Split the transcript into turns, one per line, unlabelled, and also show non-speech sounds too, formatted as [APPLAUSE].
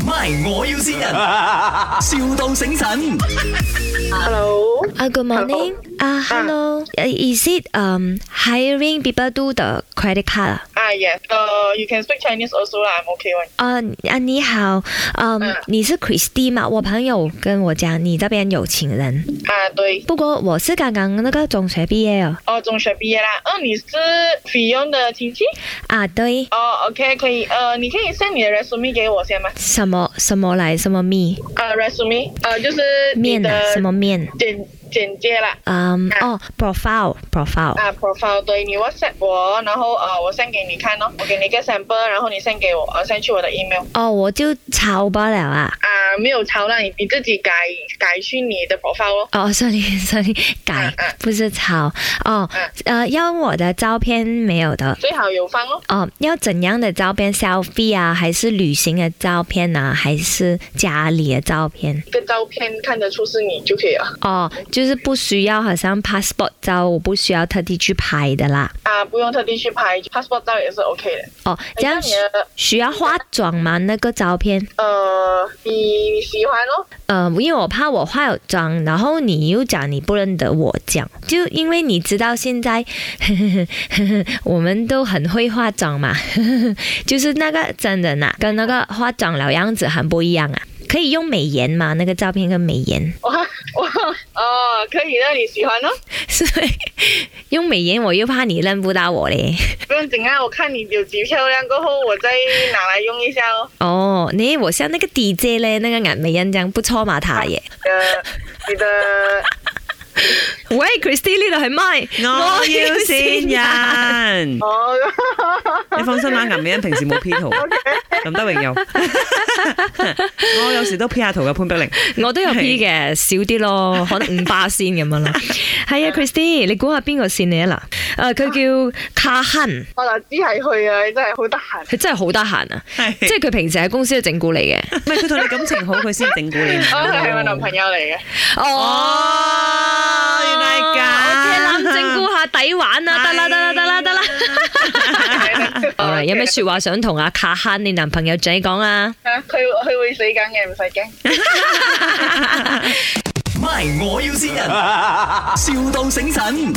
My，我要先人，,笑到醒神。
Hello，啊
Uh, good morning. Uh, hello. Uh, is it um hiring people do the credit card?
ah yes, uh, you can speak Chinese also lah, I'm okay one.
啊啊，你好，嗯、
嗯
你是 Christy 吗？我朋友跟我讲你这边有请人，
啊对，
不过我是刚刚那个中学毕业哦。
哦中学毕业啦，哦你是菲佣的亲戚？
啊，对，
哦，OK 可以，呃你可以 send 你的 resume 给我先吗？
什么什么来什么面
呃 resume，呃就是你
面啊，
的
什么面？
简简介啦。
嗯，哦，profile profile。
啊，profile 对你 WhatsApp 我，然后呃，我 send 给你看哦，我给你一个 sample，然后你 send 给我，呃，send 去我的 email。
哦，我就抄不了啊。
啊，没有抄啦，你你自己改改去你的 profile 咯。
哦，sorry [LAUGHS] sorry，改
嗯嗯嗯
不是抄。哦，呃，要我的照片没有的。
最好有放咯。
哦，要怎样的照片？selfie 啊，还是旅行的照片啊，还是家里的照片？
一个照片看得出是你就可以了。
哦，就是不需要，好像 passport 照，我不需要特地去拍的啦。
啊，不用特地去拍 passport 照也是 OK 的。
哦，这样
那你的
需要化妆吗？那个照片？
呃，你你喜欢咯？ [LAUGHS]
呃，因为我怕我化了妆，然后你又讲你不认得我，这样就因为你知道现在 [LAUGHS] 我们都很会化妆嘛， [LAUGHS] 就是那个真人啊，跟那个化妆了样子很不一样啊。可以用美颜吗？那个照片跟美颜， [LAUGHS]
哇哇哦，可以的，你喜欢咯？
所以用美颜我又怕你认不到我嘞。
不用紧啊，我看你有几漂亮，过后我再拿来用一下哦。
哦，你我像那个 DJ 嘞，那个眼美人这样不错嘛，他耶。
呃，你的，
喂，Christy 呢度系麦，
我要善
[LAUGHS]
人
哦，
你放心啦，颜美欣平時冇
[LAUGHS]
P 圖，林德榮有，我有時都 P 下圖嘅潘碧玲，
[LAUGHS] 我都有 P 嘅，少啲 [LAUGHS] 咯，可能五巴仙咁樣啦。係啊，Christy，你估下邊個線你啊嗱？誒，佢叫卡亨，
我就知係佢啊，你真係好得閒。
佢真係好得閒啊！
係
即係佢平時喺公司度整蠱你 [LAUGHS] 嘅。
唔係佢同你感情好，佢先整蠱你。
嗯
哦，佢係我男朋友嚟
[LAUGHS]
嘅。 [LAUGHS]
哦原來係咁
OK 啦，整蠱下抵玩啊！得啦，得啦，得啦， [LAUGHS] 得啦。好哦啦，有咩説話想同阿卡亨你男朋友仔講啊？
啊 [LAUGHS] 佢佢會死梗嘅，唔使驚。
[LAUGHS]
My，我要先人，,笑到醒神。